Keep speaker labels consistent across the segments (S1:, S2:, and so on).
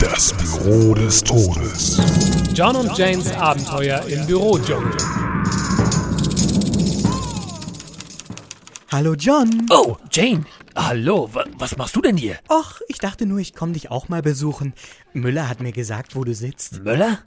S1: Das Büro des Todes.
S2: John und Janes Abenteuer im Büro, John.
S3: Hallo John.
S4: Oh, Jane. Hallo, wa was machst du denn hier?
S3: Och, ich dachte nur, ich komme dich auch mal besuchen. Müller hat mir gesagt, wo du sitzt.
S4: Möller?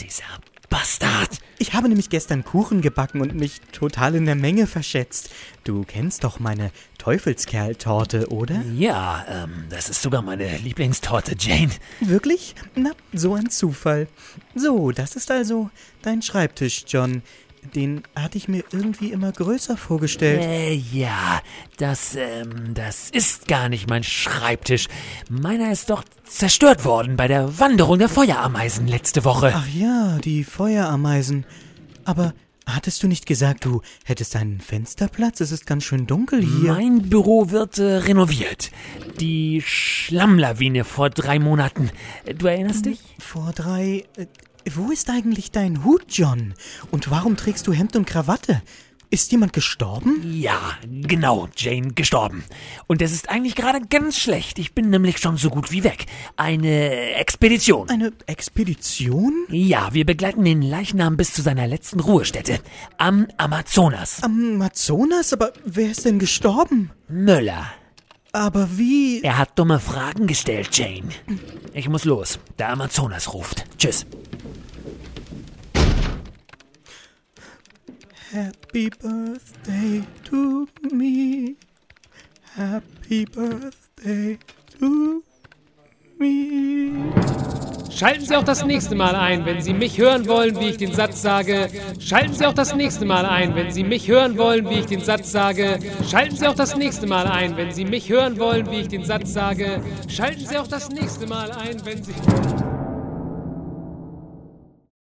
S4: Dieser Bastard.
S3: Ich habe nämlich gestern Kuchen gebacken und mich total in der Menge verschätzt. Du kennst doch meine Teufelskerl-Torte, oder?
S4: Ja, ähm, das ist sogar meine Lieblingstorte, Jane.
S3: Wirklich? Na, so ein Zufall. So, das ist also dein Schreibtisch, John. Den hatte ich mir irgendwie immer größer vorgestellt.
S4: Äh, ja, das, ähm, das ist gar nicht mein Schreibtisch. Meiner ist doch zerstört worden bei der Wanderung der Feuerameisen letzte Woche.
S3: Ach ja, die Feuerameisen. Aber hattest du nicht gesagt, du hättest einen Fensterplatz? Es ist ganz schön dunkel hier.
S4: Mein Büro wird äh, renoviert. Die Schlammlawine vor drei Monaten. Äh, Du erinnerst dich?
S3: Vor drei. Äh, wo ist eigentlich dein Hut, John? Und warum trägst du Hemd und Krawatte? Ist jemand gestorben?
S4: Ja, genau, Jane gestorben. Und es ist eigentlich gerade ganz schlecht. Ich bin nämlich schon so gut wie weg. Eine Expedition.
S3: Eine Expedition?
S4: Ja, wir begleiten den Leichnam bis zu seiner letzten Ruhestätte. Am Amazonas.
S3: Am Amazonas? Aber wer ist denn gestorben?
S4: Möller.
S3: Aber wie?
S4: Er hat dumme Fragen gestellt, Jane. Ich muss los. Der Amazonas ruft. Tschüss.
S3: Happy Birthday to me. Happy Birthday to me.
S2: Schalten Sie auch das nächste Mal ein, wenn Sie mich hören wollen, wie ich den Satz sage. Schalten Sie auch das nächste Mal ein, wenn Sie mich hören wollen, wie ich den Satz sage. Schalten Sie auch das nächste Mal ein, wenn Sie mich hören wollen, wie ich den Satz sage. Schalten Sie auch das nächste Mal ein, wenn Sie.